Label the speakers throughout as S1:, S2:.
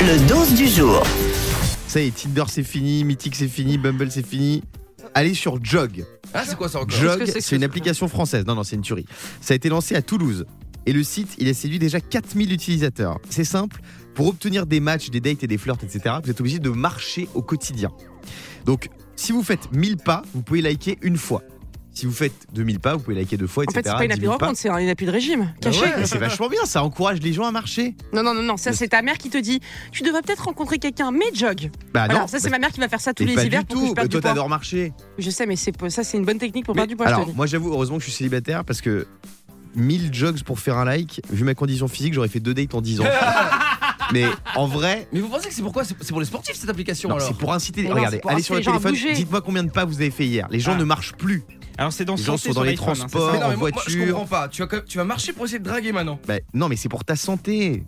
S1: Le 12 du jour.
S2: Ça y est, Tinder c'est fini, Mythic c'est fini, Bumble c'est fini. Allez sur Jog.
S3: Ah, c'est quoi ça encore
S2: Jog,
S4: que c'est que
S2: c'est une
S4: ce
S2: application française. Non, non, c'est une tuerie. Ça a été lancé à Toulouse. Et le site, il a séduit déjà 4000 utilisateurs. C'est simple, pour obtenir des matchs, des dates et des flirts, etc., vous êtes obligé de marcher au quotidien. Donc, si vous faites 1000 pas, vous pouvez liker une fois. Si vous faites 2000 pas, vous pouvez liker deux fois,
S4: En
S2: etc.
S4: fait, c'est pas une
S2: 10
S4: appli de
S2: 000 pas.
S4: rencontre, c'est une appli de régime.
S2: Bah
S4: Caché.
S2: ouais, mais c'est vachement bien, ça encourage les gens à marcher.
S4: Non, non, non, non, ça
S2: Mais-
S4: c'est ta mère qui te dit tu devrais peut-être rencontrer quelqu'un, mais jog.
S2: Bah
S4: Alors,
S2: non,
S4: ça c'est
S2: bah,
S4: ma mère qui va faire ça tous
S2: mais
S4: les
S2: pas
S4: hivers
S2: du
S4: pour que je
S2: tout.
S4: perde
S2: Toi,
S4: du poids.
S2: t'adores marcher.
S4: Je sais, mais c'est pas- ça c'est une bonne technique pour
S2: Mais-
S4: perdre du poids, je te
S2: Alors,
S4: dis.
S2: moi j'avoue, heureusement que je suis célibataire parce que 1000 jogs pour faire un like, vu ma condition physique, j'aurais fait deux dates en 10 ans. mais en vrai,
S3: Mais vous pensez que c'est pourquoi C'est c'est pour les sportifs cette application
S2: non,
S3: alors
S2: c'est pour inciter.
S4: Mais non,
S2: regardez,
S4: c'est pour
S2: allez
S4: inciter
S2: sur le
S4: les gens à
S2: téléphone,
S4: bouger.
S2: dites-moi combien de pas vous avez fait hier. Les gens
S5: Ah.
S2: ne marchent plus.
S5: Alors c'est dans
S2: Les gens
S5: Santé
S2: sont dans
S5: sur
S2: les
S5: l'iPhone, hein, c'est ça
S3: Mais
S2: transports.
S3: non, mais
S2: en
S3: moi, moi, je
S2: voiture.
S3: comprends pas. Tu vas, quand même- tu vas marcher pour essayer de draguer maintenant.
S2: Bah, non, mais c'est pour ta santé.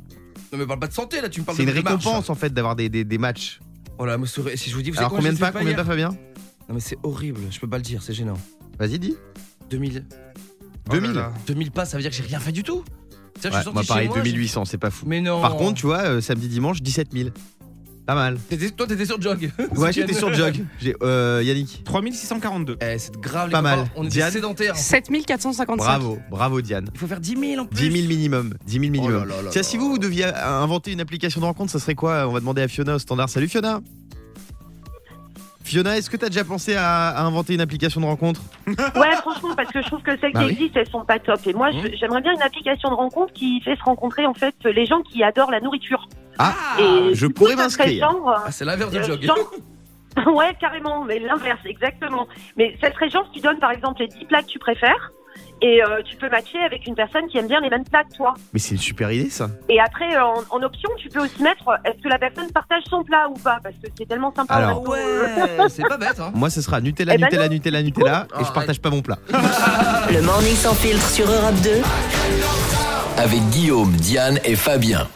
S3: Non, mais parle pas de santé là, tu me parles
S2: C'est une
S3: de de marche.
S2: récompense en fait d'avoir des, des- des matchs.
S3: Oh là, moi, sur- si je vous dis, vous
S2: Alors
S3: savez
S2: combien
S3: je les ai
S2: de pas,
S3: fait
S2: combien de
S3: hier
S2: pas, Fabien
S3: Non, mais c'est horrible, je peux pas le dire, c'est gênant.
S2: Vas-y, dis.
S3: 2000.
S2: 2000.
S3: 2000 pas, ça veut dire que j'ai rien fait du tout. C'est-à-dire que je
S2: Ouais,
S3: suis sorti
S2: moi
S3: de chez
S2: pareil,
S3: moi,
S2: 2800, c'est pas
S3: j'ai-
S2: fou.
S3: Mais non.
S2: Par contre, tu vois, euh, samedi, dimanche, 17 000. Pas mal.
S3: T'étais- toi, t'étais sur Jog.
S2: Ouais, j'étais sur Jog. J'ai- euh, Yannick.
S5: 3642.
S3: Eh, c'est grave, les
S2: Pas
S3: copains,
S2: mal.
S3: On
S2: Diane
S3: est sédentaires.
S4: 7455.
S2: Bravo, bravo Diane.
S3: Il faut faire 10 000 en plus.
S2: 10 000 minimum. 10 000
S3: Oh
S2: minimum.
S3: là là là
S2: Tiens,
S3: là.
S2: si vous, vous deviez euh, inventer une application de rencontre, ça serait quoi On va demander à Fiona au standard. Salut Fiona Fiona, est-ce que t'as déjà pensé à, à inventer une application de rencontre
S6: Ouais, franchement, parce que je trouve que celles
S2: Bah
S6: qui
S2: oui. Mmh.
S6: existent, elles sont pas top. Et moi, je- j'aimerais bien une application de rencontre qui fait se rencontrer en fait les gens qui adorent la nourriture.
S2: Ah,
S6: Et
S2: je
S6: du coup,
S2: pourrais
S6: ça serait
S2: m'inscrire.
S6: genre, euh,
S3: Ah, c'est l'inverse de
S6: euh,
S3: Jog.
S6: genre- ouais, carrément, mais l'inverse, exactement. Mais ça serait genre, tu donnes par exemple les 10 plats que tu préfères. Et euh, tu peux matcher avec une personne qui aime bien les mêmes plats que toi.
S2: Mais c'est une super idée ça.
S6: Et après, euh, en, en option, tu peux aussi mettre euh, est-ce que la personne partage son plat ou pas Parce que c'est tellement sympa.
S2: Alors,
S6: on a-
S3: Ouais, c'est pas bête, hein.
S2: Moi, ce sera Nutella,
S6: Eh ben
S2: Nutella, Nutella, Nutella, et je
S3: Ah,
S2: partage pas mon plat.
S1: Le morning sans filtre sur Europe 2.
S7: Avec Guillaume, Diane et Fabien.